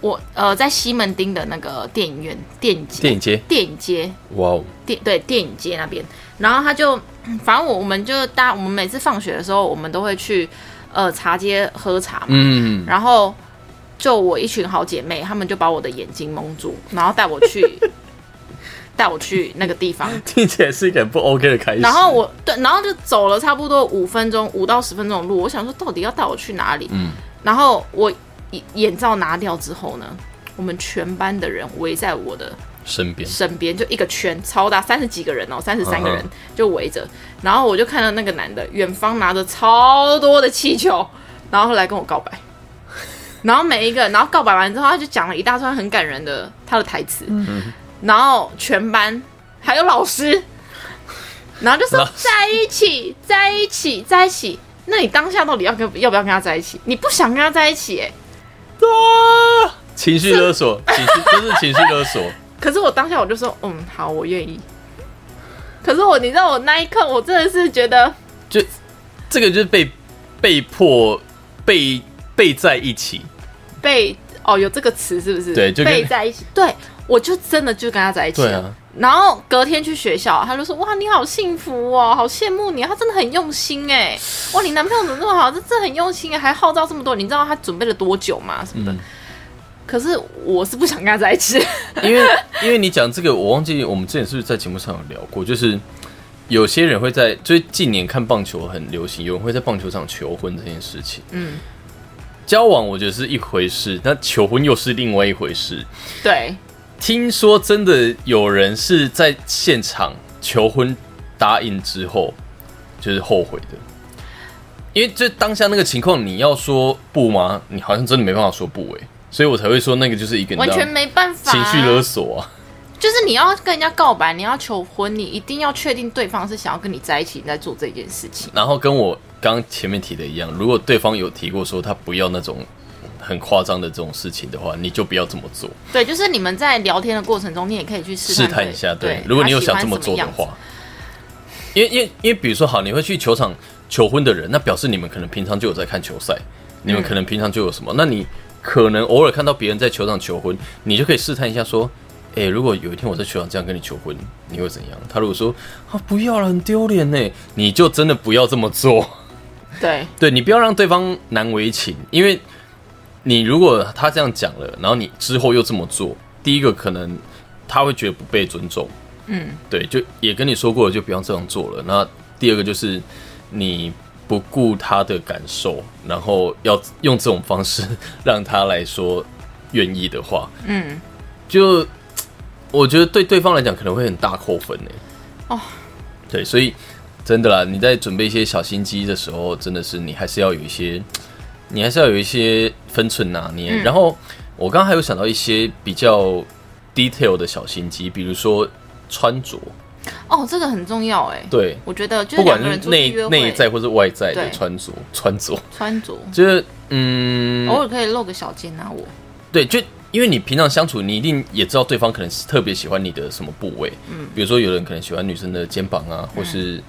[SPEAKER 1] 我呃在西门町的那个电影院电影
[SPEAKER 2] 电
[SPEAKER 1] 街
[SPEAKER 2] 影街，
[SPEAKER 1] 电影街
[SPEAKER 2] 哇哦，
[SPEAKER 1] 电对电影街那边，然后他就，嗯反正我我们就大我们每次放学的时候，我们都会去呃茶街喝茶嘛，
[SPEAKER 2] 嗯，
[SPEAKER 1] 然后就我一群好姐妹，她们就把我的眼睛蒙住，然后带我 去带我去那个地方，
[SPEAKER 2] 听起来是一个很不 OK 的开始。
[SPEAKER 1] 然后我对，然后就走了差不多五分钟，五到十分钟的路，我想说到底要带我去哪里？
[SPEAKER 2] 嗯
[SPEAKER 1] 然后我眼眼罩拿掉之后呢，我们全班的人围在我的
[SPEAKER 2] 身边，
[SPEAKER 1] 身边就一个圈，超大，三十几个人哦，三十三个人
[SPEAKER 2] 嗯
[SPEAKER 1] 就围着。然后我就看到那个男的远方拿着超多的气球，然后后来跟我告白。然后每一个，然后告白完之后，他就讲了一大串很感人的他的台词，
[SPEAKER 2] 嗯
[SPEAKER 1] 然后全班还有老师，然后就说
[SPEAKER 2] 老师
[SPEAKER 1] 在一起，在一起，在一起。那你当下到底要跟要不要跟他在一起？你不想跟他在一起哎、
[SPEAKER 2] 啊，情绪勒 索，情绪就是情绪勒索，
[SPEAKER 1] 可是我当下我就说，嗯，好，我愿意。可是我，你知道我那一刻，我真的是觉得，
[SPEAKER 2] 就这个就是被被迫被被在一起，
[SPEAKER 1] 被哦有这个词是不是？
[SPEAKER 2] 对就跟
[SPEAKER 1] 被在一起，对我就真的就跟他在一起
[SPEAKER 2] 对
[SPEAKER 1] 了。
[SPEAKER 2] 啊
[SPEAKER 1] 然后隔天去学校，他就说：“哇，你好幸福哦，好羡慕你啊，他真的很用心哎，哇，你男朋友怎么那么好？这这很用心哎，还号召这么多，你知道他准备了多久吗？什么的。
[SPEAKER 2] 嗯
[SPEAKER 1] 可是我是不想跟他在一起，
[SPEAKER 2] 因为因为你讲这个，我忘记我们之前是不是在节目上有聊过，就是有些人会在，就是近年看棒球很流行，有人会在棒球场求婚这件事情。
[SPEAKER 1] 嗯，
[SPEAKER 2] 交往我觉得是一回事，那求婚又是另外一回事。
[SPEAKER 1] 对，
[SPEAKER 2] 听说真的有人是在现场求婚答应之后，就是后悔的，因为这当下那个情况，你要说不吗？你好像真的没办法说不诶、所以我才会说那个就是一个你
[SPEAKER 1] 完
[SPEAKER 2] 知道
[SPEAKER 1] 全没办法、
[SPEAKER 2] 情绪勒索啊。
[SPEAKER 1] 就是你要跟人家告白，你要求婚，你一定要确定对方是想要跟你在一起，你在做这件事情。
[SPEAKER 2] 然后跟我刚前面提的一样，如果对方有提过说他不要那种很夸张的这种事情的话，你就不要这么做，
[SPEAKER 1] 对，就是你们在聊天的过程中，你也可以去试
[SPEAKER 2] 试
[SPEAKER 1] 探
[SPEAKER 2] 探一下。
[SPEAKER 1] 对
[SPEAKER 2] 对，，如果你有
[SPEAKER 1] 他喜欢
[SPEAKER 2] 想这么做的
[SPEAKER 1] 什样
[SPEAKER 2] 话，因为因为因为比如说好，你会去球场求婚的人，那表示你们可能平常就有在看球赛，你
[SPEAKER 1] 嗯
[SPEAKER 2] 们可能平常就有什么，那你可能偶尔看到别人在球场求婚，你就可以试探一下说。诶，如果有一天我在球场这样跟你求婚，你会怎样？他如果说啊不要了，很丢脸呢，你就真的不要这么做。
[SPEAKER 1] 子，对，
[SPEAKER 2] 对你不要让对方难为情，因为你如果他这样讲了，然后你之后又这么做，第一个可能他会觉得不被尊重，
[SPEAKER 1] 嗯，
[SPEAKER 2] 对，就也跟你说过了，就不要这样做了。那第二个就是你不顾他的感受，然后要用这种方式让他来说愿意的话，
[SPEAKER 1] 嗯，
[SPEAKER 2] 就我觉得对对方来讲可能会很大扣分呢。
[SPEAKER 1] 哦，
[SPEAKER 2] 对，所以真的啦，你在准备一些小心机的时候，真的是你还是要有一些，你还是要有一些分寸拿捏。
[SPEAKER 1] 嗯
[SPEAKER 2] 然后我刚刚还有想到一些比较 detail 的小心机，比如说穿着，
[SPEAKER 1] 哦，这个很重要哎、
[SPEAKER 2] 对，
[SPEAKER 1] 我觉得就是
[SPEAKER 2] 不
[SPEAKER 1] 两
[SPEAKER 2] 管
[SPEAKER 1] 个人
[SPEAKER 2] 是
[SPEAKER 1] 出去
[SPEAKER 2] 内
[SPEAKER 1] 约
[SPEAKER 2] 内
[SPEAKER 1] 会，
[SPEAKER 2] 在或是外在的
[SPEAKER 1] 对
[SPEAKER 2] 穿着，穿着
[SPEAKER 1] 穿着、
[SPEAKER 2] 就是嗯，
[SPEAKER 1] 偶尔可以露个小肩啊，我
[SPEAKER 2] 对，就因为你平常相处，你一定也知道对方可能是特别喜欢你的什么部位，嗯，比如说有人可能喜欢女生的肩膀啊，或是、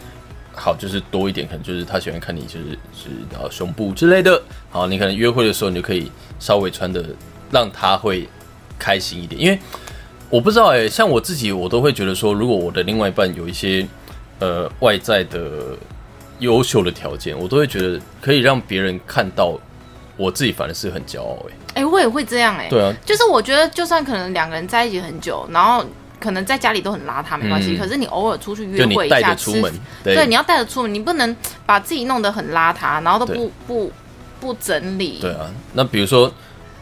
[SPEAKER 2] 好就是多一点，可能就是他喜欢看你就是是然后胸部之类的。好，你可能约会的时候，你就可以稍微穿的让他会开心一点，因为我不知道哎、像我自己，我都会觉得说，如果我的另外一半有一些呃外在的优秀的条件，我都会觉得可以让别人看到，我自己反而是很骄傲哎、
[SPEAKER 1] 哎、我也会这样哎、
[SPEAKER 2] 对啊，
[SPEAKER 1] 就是我觉得，就算可能两个人在一起很久，然后可能在家里都很邋遢，没关系。
[SPEAKER 2] 嗯
[SPEAKER 1] 可是你偶尔出去约
[SPEAKER 2] 就你
[SPEAKER 1] 会一
[SPEAKER 2] 带
[SPEAKER 1] 下，
[SPEAKER 2] 着
[SPEAKER 1] 吃
[SPEAKER 2] 出门，对
[SPEAKER 1] 对，你要带着出门，你不能把自己弄得很邋遢，然后都不不不整理。
[SPEAKER 2] 对啊。那比如说，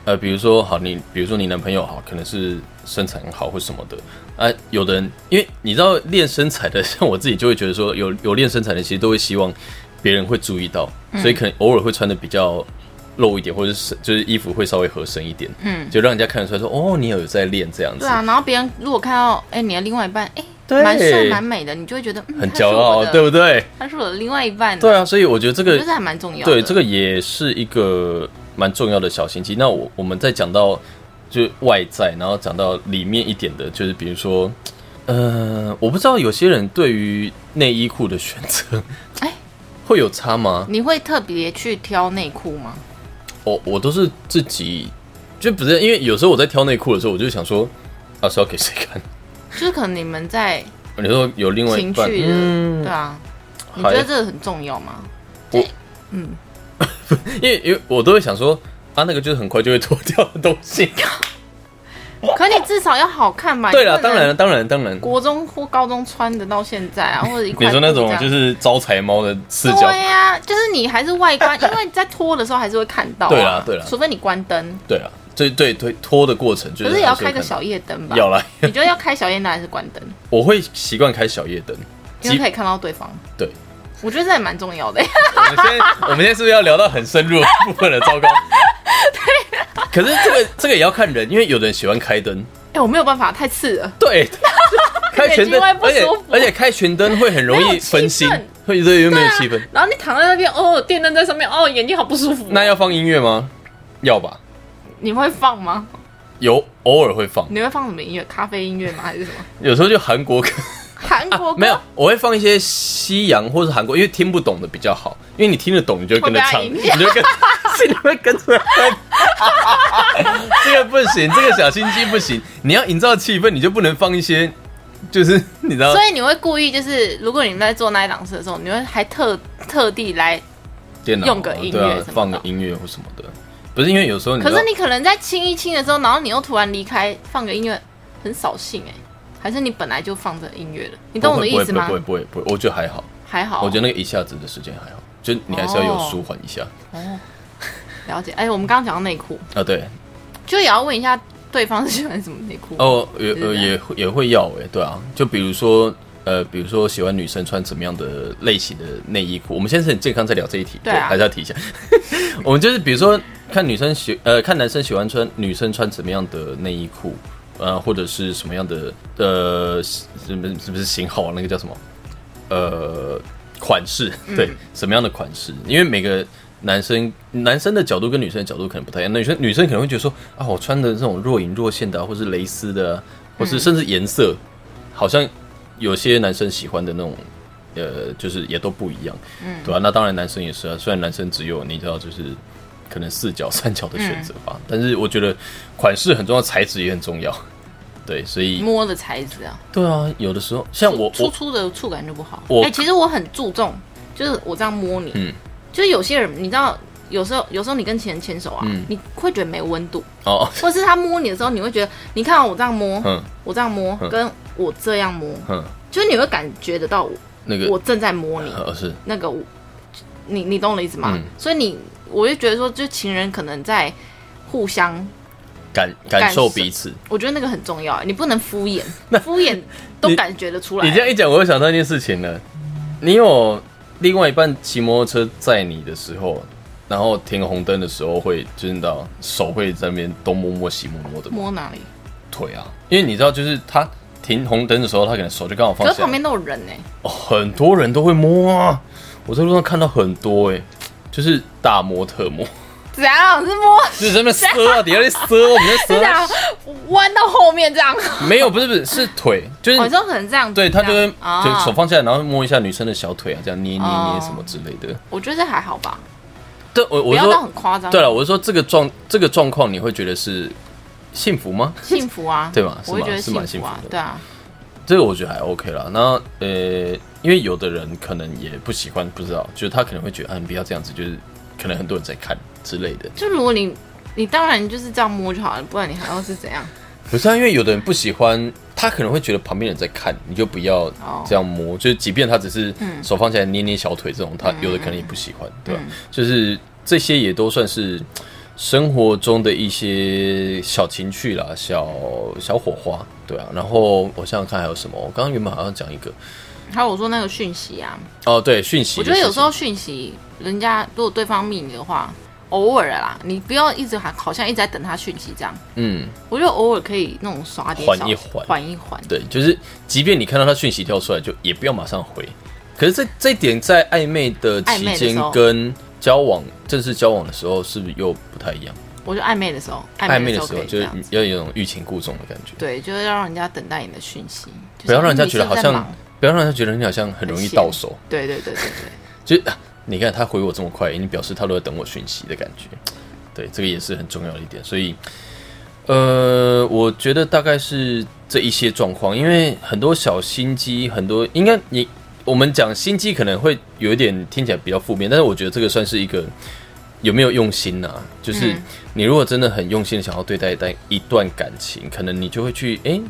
[SPEAKER 2] 呃，比如说好，你比如说你男朋友好，可能是身材很好或什么的啊。有的人因为你知道练身材的，像我自己就会觉得说，有有练身材的，其实都会希望别人会注意到，
[SPEAKER 1] 嗯
[SPEAKER 2] 所以可能偶尔会穿的比较露一点，或者是就是衣服会稍微合身一点，嗯，就让人家看得出来说，哦，你有在练这样子，
[SPEAKER 1] 对啊，然后别人如果看到哎、你的另外一半哎
[SPEAKER 2] 对
[SPEAKER 1] 蛮帅蛮美的，你就会觉得、嗯、
[SPEAKER 2] 很
[SPEAKER 1] 他是
[SPEAKER 2] 骄傲
[SPEAKER 1] 我，的
[SPEAKER 2] 对不对？
[SPEAKER 1] 他是我的另外一半，
[SPEAKER 2] 对啊，所以我觉得这
[SPEAKER 1] 我
[SPEAKER 2] 个
[SPEAKER 1] 觉得还蛮重要的。
[SPEAKER 2] 对，这个也是一个蛮重要的小心机。那我我们再讲到就是外在，然后讲到里面一点的，就是比如说，呃，我不知道有些人对于内衣裤的选择，
[SPEAKER 1] 哎
[SPEAKER 2] 会有差吗？
[SPEAKER 1] 你会特别去挑内裤吗？
[SPEAKER 2] 我我都是自己，就不是因为有时候我在挑内裤的时候，我就想说，啊是要给谁看？
[SPEAKER 1] 就是可能你们在
[SPEAKER 2] 你说有另外一
[SPEAKER 1] 情
[SPEAKER 2] 半，
[SPEAKER 1] 趣的，
[SPEAKER 2] 嗯
[SPEAKER 1] 对，啊，你
[SPEAKER 2] 还
[SPEAKER 1] 觉得这个很重要吗？
[SPEAKER 2] 因为因为我都会想说，啊那个就是很快就会脱掉的东 西。
[SPEAKER 1] 可你至少要好看吧？
[SPEAKER 2] 对
[SPEAKER 1] 了
[SPEAKER 2] 了，，当然了，当然当然。
[SPEAKER 1] 国中或高中穿的到现在啊，或者一块
[SPEAKER 2] 你说那种就是是招财猫的视角
[SPEAKER 1] 对呀、就是你还是外观，因为你在脱的时候还是会看到、啊。
[SPEAKER 2] 对啦对啦
[SPEAKER 1] 除非你关灯，
[SPEAKER 2] 对啊，对对对，拖的过程就
[SPEAKER 1] 可
[SPEAKER 2] 是
[SPEAKER 1] 是也要开个
[SPEAKER 2] 还是
[SPEAKER 1] 小夜灯吧
[SPEAKER 2] 会看到。要啦，
[SPEAKER 1] 你觉得要开小夜灯还是关灯？
[SPEAKER 2] 我会习惯开小夜灯。
[SPEAKER 1] 因为
[SPEAKER 2] 基
[SPEAKER 1] 可以看到对方。
[SPEAKER 2] 对，
[SPEAKER 1] 我觉得这也蛮重要的。
[SPEAKER 2] 我们现在 我们现在是不是要聊到很深入的部分了？ 糟糕。
[SPEAKER 1] 啊
[SPEAKER 2] 可是这个这个也要看人，因为有的人喜欢开灯，
[SPEAKER 1] 哎、我没有办法，太刺了。
[SPEAKER 2] 对，开全
[SPEAKER 1] 眼睛
[SPEAKER 2] 灯，
[SPEAKER 1] 会不
[SPEAKER 2] 而且
[SPEAKER 1] 舒服
[SPEAKER 2] 而且开全灯会很容
[SPEAKER 1] 没
[SPEAKER 2] 易
[SPEAKER 1] 有气
[SPEAKER 2] 分心
[SPEAKER 1] 氛，啊
[SPEAKER 2] 会对，又没有气氛。
[SPEAKER 1] 然后你躺在那边，哦，电灯在上面，哦，眼睛好不舒服。
[SPEAKER 2] 那要放音乐吗？要吧，
[SPEAKER 1] 你会放吗？
[SPEAKER 2] 有偶尔会放，
[SPEAKER 1] 你会放什么音乐？咖啡音乐吗？还是 什么？
[SPEAKER 2] 有时候就韩国歌。
[SPEAKER 1] 韩国歌、
[SPEAKER 2] 啊没有，我会放一些西洋或是韩国，因为听不懂的比较好，因为你听得懂，你就会跟着唱，
[SPEAKER 1] 会被他
[SPEAKER 2] 你
[SPEAKER 1] 影响
[SPEAKER 2] 就会跟， 是你会跟着哼。 这个不行，这个小心机不行。你要营造气氛，你就不能放一些，就是你知道
[SPEAKER 1] 所以你会故意就是，如果你们在做那一档事的时候，你会还特特地来，
[SPEAKER 2] 电脑
[SPEAKER 1] 用个音乐
[SPEAKER 2] 对啊
[SPEAKER 1] 什么的
[SPEAKER 2] 放个音乐或什么的。不是因为有时候你知
[SPEAKER 1] 可
[SPEAKER 2] 道
[SPEAKER 1] 是你可能在亲一亲的时候，然后你又突然离开，放个音乐，很扫兴哎、还还是你本来就放着音乐的？你
[SPEAKER 2] 你
[SPEAKER 1] 懂我的意思吗哦
[SPEAKER 2] 不？会不会不会，不会我觉得还好，
[SPEAKER 1] 还好，
[SPEAKER 2] 我觉得那个一下子的时间还好，就你还是要有
[SPEAKER 1] 哦
[SPEAKER 2] 舒缓一下
[SPEAKER 1] 哦，了解。哎，我们刚刚讲到内裤，
[SPEAKER 2] 啊。对，
[SPEAKER 1] 就也要问一下对方是喜欢什么内裤。
[SPEAKER 2] 哦，也
[SPEAKER 1] 对不
[SPEAKER 2] 呃
[SPEAKER 1] 对
[SPEAKER 2] 也会也会要哎、对啊，就比如说呃，比如说喜欢女生穿什么样的类型的内衣裤，我们现在是很健康在聊这一题，
[SPEAKER 1] 对啊
[SPEAKER 2] 还是要提一下。 我们就是比如说看女生喜呃看男生喜欢穿女生穿什么样的内衣裤，呃或者是什么样的呃什么是不是型号啊那个叫什么呃款式，对、什么样的款式，因为每个。男生男生的角度跟女生的角度可能不太一样，那女生女生可能会觉得说啊，我穿的这种若隐若现的、啊，或是蕾丝的啊、或是甚至颜色，好像有些男生喜欢的那种，呃，就是也都不一样，嗯，对吧、那当然男生也是啊，虽然男生只有你知道就是可能四角、三角的选择吧，但是我觉得款式很重要，材质也很重要，对，所以
[SPEAKER 1] 摸的材质啊，
[SPEAKER 2] 对啊，有的时候像我
[SPEAKER 1] 粗
[SPEAKER 2] 我
[SPEAKER 1] 粗的触感就不好。
[SPEAKER 2] 我
[SPEAKER 1] 哎、其实我很注重，就是我这样摸你，
[SPEAKER 2] 嗯
[SPEAKER 1] 就是有些人你知道，有时候有时候你跟情人牵手啊，
[SPEAKER 2] 嗯
[SPEAKER 1] 你会觉得没温度，
[SPEAKER 2] 哦，
[SPEAKER 1] 或是他摸你的时候，你会觉得，你看啊我这样摸，
[SPEAKER 2] 嗯
[SPEAKER 1] 我这样摸，
[SPEAKER 2] 嗯
[SPEAKER 1] 跟我这样摸，
[SPEAKER 2] 哼，
[SPEAKER 1] 就是你会感觉得到我
[SPEAKER 2] 那
[SPEAKER 1] 我
[SPEAKER 2] 个
[SPEAKER 1] 正在摸你，
[SPEAKER 2] 呃是
[SPEAKER 1] 那个我，你你懂我的意思吗？
[SPEAKER 2] 嗯
[SPEAKER 1] 所以你我就觉得说，就情人可能在互相，
[SPEAKER 2] 感
[SPEAKER 1] 感
[SPEAKER 2] 感受
[SPEAKER 1] 受
[SPEAKER 2] 彼此。
[SPEAKER 1] 我觉得那个很重要，你不能敷 衍，敷衍都
[SPEAKER 2] 你
[SPEAKER 1] 感觉得出来。
[SPEAKER 2] 你这样一讲，我又想到一件事情了。你有另外一半骑摩托车载你的时候，然后停红灯的时候会，就是你知道手会在那边东摸摸西摸摸的
[SPEAKER 1] 摸哪里？
[SPEAKER 2] 腿啊，因为你知道，就是他停红灯的时候，他可能手就刚好放
[SPEAKER 1] 可是
[SPEAKER 2] 下
[SPEAKER 1] 旁。边都有人呢、
[SPEAKER 2] 哦，很多人都会摸啊，我在路上看到很多哎、就是大摸特摸，
[SPEAKER 1] 怎样是摸
[SPEAKER 2] 就是在那边 撕啊，底下在撕，我们在
[SPEAKER 1] 是
[SPEAKER 2] 撕 啊，
[SPEAKER 1] 样弯到后面 这样？
[SPEAKER 2] 没有，不是不是，是腿，就是
[SPEAKER 1] 哦我说可能这样子，
[SPEAKER 2] 对他就
[SPEAKER 1] 这
[SPEAKER 2] 会
[SPEAKER 1] 样
[SPEAKER 2] 就手
[SPEAKER 1] 哦。
[SPEAKER 2] 放下来，然后摸一下女生的小腿啊，这样捏捏捏
[SPEAKER 1] 哦
[SPEAKER 2] 什么之类的。
[SPEAKER 1] 我觉得这还好吧，
[SPEAKER 2] 对，我
[SPEAKER 1] 不
[SPEAKER 2] 我
[SPEAKER 1] 要到
[SPEAKER 2] 说
[SPEAKER 1] 很夸张。
[SPEAKER 2] 对了，我是说这个状这个状况，你会觉得是幸福吗？
[SPEAKER 1] 幸福啊，
[SPEAKER 2] 对吧是
[SPEAKER 1] 我会
[SPEAKER 2] 蛮
[SPEAKER 1] 觉得
[SPEAKER 2] 是蛮幸
[SPEAKER 1] 福啊
[SPEAKER 2] 福的，
[SPEAKER 1] 对啊，
[SPEAKER 2] 这个我觉得还 OK 啦。那呃，因为有的人可能也不喜欢，不知道，就是他可能会觉得，啊，你不要这样子，就是可能很多人在看之类的。
[SPEAKER 1] 就如果你你当然就是这样摸就好了，不然你还要是怎样？
[SPEAKER 2] 不是、啊，因为有的人不喜欢，他可能会觉得旁边人在看，你就不要
[SPEAKER 1] 哦嗯
[SPEAKER 2] 这样摸。就是即便他只是手放起来捏捏小腿这种，他有的可能也不喜欢，对吧？就是这些也都算是生活中的一些小情趣啦，小小火花，对啊。然后我想想看还有什么，我刚刚原本好像讲一个
[SPEAKER 1] 还有我说那个讯息啊，
[SPEAKER 2] 哦，对，讯息
[SPEAKER 1] 我
[SPEAKER 2] 的
[SPEAKER 1] 觉
[SPEAKER 2] 事情。
[SPEAKER 1] 得有时候讯息，人家如果对方密你的话，偶尔啦，你不要一直好好像一直在等他讯息这样。
[SPEAKER 2] 嗯，
[SPEAKER 1] 我觉得偶尔可以那种耍点
[SPEAKER 2] 缓
[SPEAKER 1] 小
[SPEAKER 2] 一缓
[SPEAKER 1] 缓一缓。
[SPEAKER 2] 对，就是即便你看到他讯息跳出来，就也不要马上回。可是这这一点在暧昧的
[SPEAKER 1] 暧昧
[SPEAKER 2] 期
[SPEAKER 1] 的
[SPEAKER 2] 间
[SPEAKER 1] 时候
[SPEAKER 2] 跟交往正式交往的时候，是不是又不太一样？
[SPEAKER 1] 我觉得暧昧的时候，
[SPEAKER 2] 暧
[SPEAKER 1] 暧
[SPEAKER 2] 昧
[SPEAKER 1] 昧
[SPEAKER 2] 的
[SPEAKER 1] 的时
[SPEAKER 2] 时
[SPEAKER 1] 候可
[SPEAKER 2] 候
[SPEAKER 1] 以
[SPEAKER 2] 就
[SPEAKER 1] 这
[SPEAKER 2] 是
[SPEAKER 1] 样子。
[SPEAKER 2] 要有一种欲擒故纵的感觉，
[SPEAKER 1] 对，就是要让人家等待你的讯息，就是
[SPEAKER 2] 不要让人家
[SPEAKER 1] 你
[SPEAKER 2] 觉得好
[SPEAKER 1] 正在
[SPEAKER 2] 像
[SPEAKER 1] 忙，
[SPEAKER 2] 不要让人家觉得你好像很容易
[SPEAKER 1] 很闲
[SPEAKER 2] 到手，
[SPEAKER 1] 对对对对对，
[SPEAKER 2] 就是、啊你看他回我这么快，你表示他都在等我讯息的感觉。对，这个也是很重要的一点。所以，呃，我觉得大概是这一些状况，因为很多小心机，很多应该你我们讲心机可能会有一点听起来比较负面，但是我觉得这个算是一个有没有用心呐、就是
[SPEAKER 1] 嗯
[SPEAKER 2] 你如果真的很用心的想要对待一段一段感情，可能你就会去诶、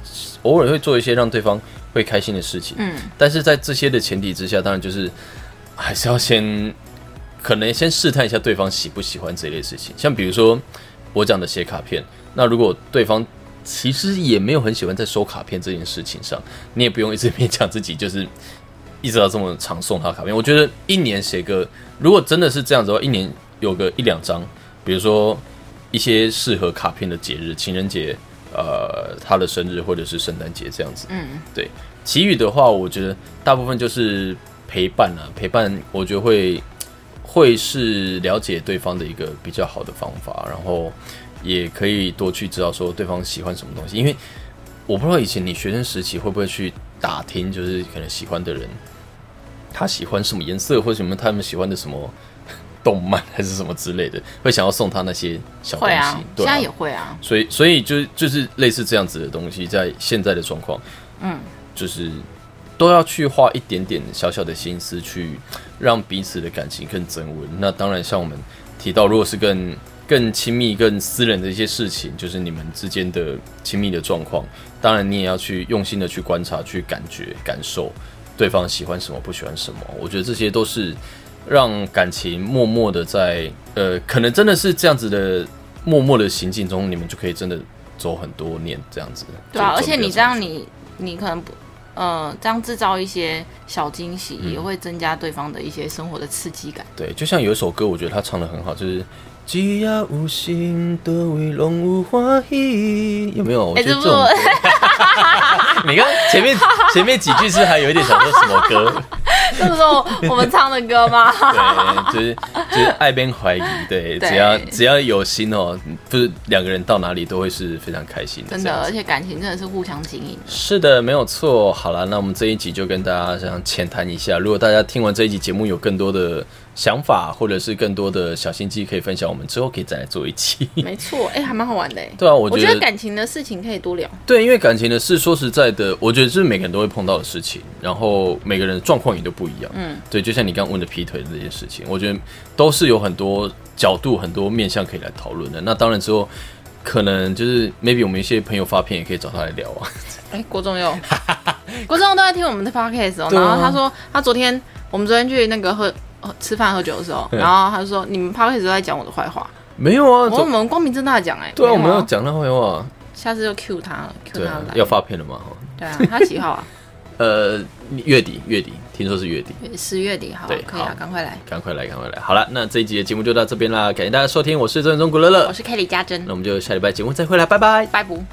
[SPEAKER 2] 偶尔会做一些让对方会开心的事情。
[SPEAKER 1] 嗯，
[SPEAKER 2] 但是在这些的前提之下，当然就是还是要先可能先试探一下对方喜不喜欢这类事情。像比如说我讲的写卡片，那如果对方其实也没有很喜欢在收卡片这件事情上，你也不用一直勉强自己，就是一直要这么常送他卡片。我觉得一年写个，如果真的是这样子的话，一年有个一两张，比如说一些适合卡片的节日，情人节。呃，他的生日或者是圣诞节这样子，
[SPEAKER 1] 嗯，
[SPEAKER 2] 对。其余的话，我觉得大部分就是陪伴啊，陪伴，我觉得会会是了解对方的一个比较好的方法，然后也可以多去知道说对方喜欢什么东西，因为我不知道以前你学生时期会不会去打听，就是可能喜欢的人他喜欢什么颜色，或者什么他们喜欢的什么动漫还是什么之类的，会想要送他那些小东
[SPEAKER 1] 会
[SPEAKER 2] 西，
[SPEAKER 1] 啊，
[SPEAKER 2] 对
[SPEAKER 1] 现
[SPEAKER 2] 啊
[SPEAKER 1] 在也会啊，
[SPEAKER 2] 所以，所以就就是类似这样子的东西，在现在的状况，
[SPEAKER 1] 嗯，
[SPEAKER 2] 就是都要去花一点点小小的心思，去让彼此的感情更增温。那当然，像我们提到，如果是更更亲密、更私人的一些事情，就是你们之间的亲密的状况。当然，你也要去用心的去观察、去感觉、感受对方喜欢什么、不喜欢什么。我觉得这些都是让感情默默的在呃，可能真的是这样子的默默的行进中，你们就可以真的走很多年这样子。
[SPEAKER 1] 对啊，
[SPEAKER 2] 就
[SPEAKER 1] 而且你这样
[SPEAKER 2] 就
[SPEAKER 1] 你你可能不，呃，这样制造一些小惊喜，
[SPEAKER 2] 嗯
[SPEAKER 1] 也会增加对方的一些生活的刺 激感。
[SPEAKER 2] 对，就像有一首歌，我觉得他唱的很好，就是。只要有心，对位拢有欢喜，有没有？我觉
[SPEAKER 1] 哎这
[SPEAKER 2] 得这
[SPEAKER 1] 不
[SPEAKER 2] 种歌， 你看前面前面几句是还有一点想说什么歌，
[SPEAKER 1] 这是我我们唱的歌 吗？
[SPEAKER 2] 对，就是就是爱边怀疑，对，
[SPEAKER 1] 对
[SPEAKER 2] 只要只要有心哦，就是两个人到哪里都会是非常开心的，
[SPEAKER 1] 真
[SPEAKER 2] 这样
[SPEAKER 1] 的，
[SPEAKER 2] 子
[SPEAKER 1] 而且感情真的是互相经营。
[SPEAKER 2] 是的，没有错。好了，那我们这一集就跟大家想浅谈一下。如果大家听完这一集节目有更多的想法，或者是更多的小心机可以分享，我们之后可以再来做一期。
[SPEAKER 1] 没错，哎、还蛮好玩的、哎
[SPEAKER 2] 对啊，我
[SPEAKER 1] 我
[SPEAKER 2] 觉
[SPEAKER 1] 觉得
[SPEAKER 2] 得
[SPEAKER 1] 感情的事情可以多聊。
[SPEAKER 2] 对，因为感情的事，说实在的，我觉得是每个人都会碰到的事情，然后每个人的状况也都不一样。嗯，对，就像你刚刚问的劈腿这件事情，我觉得都是有很多角度、很多面向可以来讨论的。那当然之后，可能就是 maybe 我们一些朋友发片也可以找他来聊啊。
[SPEAKER 1] 哎、郭仲佑，郭仲佑都在听我们的 podcast 哦。
[SPEAKER 2] 对啊
[SPEAKER 1] 然后他说，他昨天我们昨天去那个喝喝吃饭喝酒的时候，然后他就说你们 podcast 都在讲我的坏话。
[SPEAKER 2] 没有啊，
[SPEAKER 1] 我说我
[SPEAKER 2] 总
[SPEAKER 1] 们光明正大地讲哎、
[SPEAKER 2] 对啊，我
[SPEAKER 1] 没
[SPEAKER 2] 们
[SPEAKER 1] 有
[SPEAKER 2] 要讲他坏话。
[SPEAKER 1] 下次就 Q 他了，Q
[SPEAKER 2] 对
[SPEAKER 1] 他
[SPEAKER 2] 啊，
[SPEAKER 1] 来。
[SPEAKER 2] 要发片了嘛？哈
[SPEAKER 1] 对啊，他几号啊？
[SPEAKER 2] 呃，月底，月底，听说是月底。
[SPEAKER 1] 十月底，好，
[SPEAKER 2] 对
[SPEAKER 1] 可以啊
[SPEAKER 2] 好，
[SPEAKER 1] 赶快来。
[SPEAKER 2] 赶快来，赶快来！好了，那这一集的节目就到这边啦，感谢大家收听，我是郑中古乐乐
[SPEAKER 1] 我，是 Kelly 家珍
[SPEAKER 2] 那我，们就下礼拜节目再会啦，拜拜。
[SPEAKER 1] 拜不。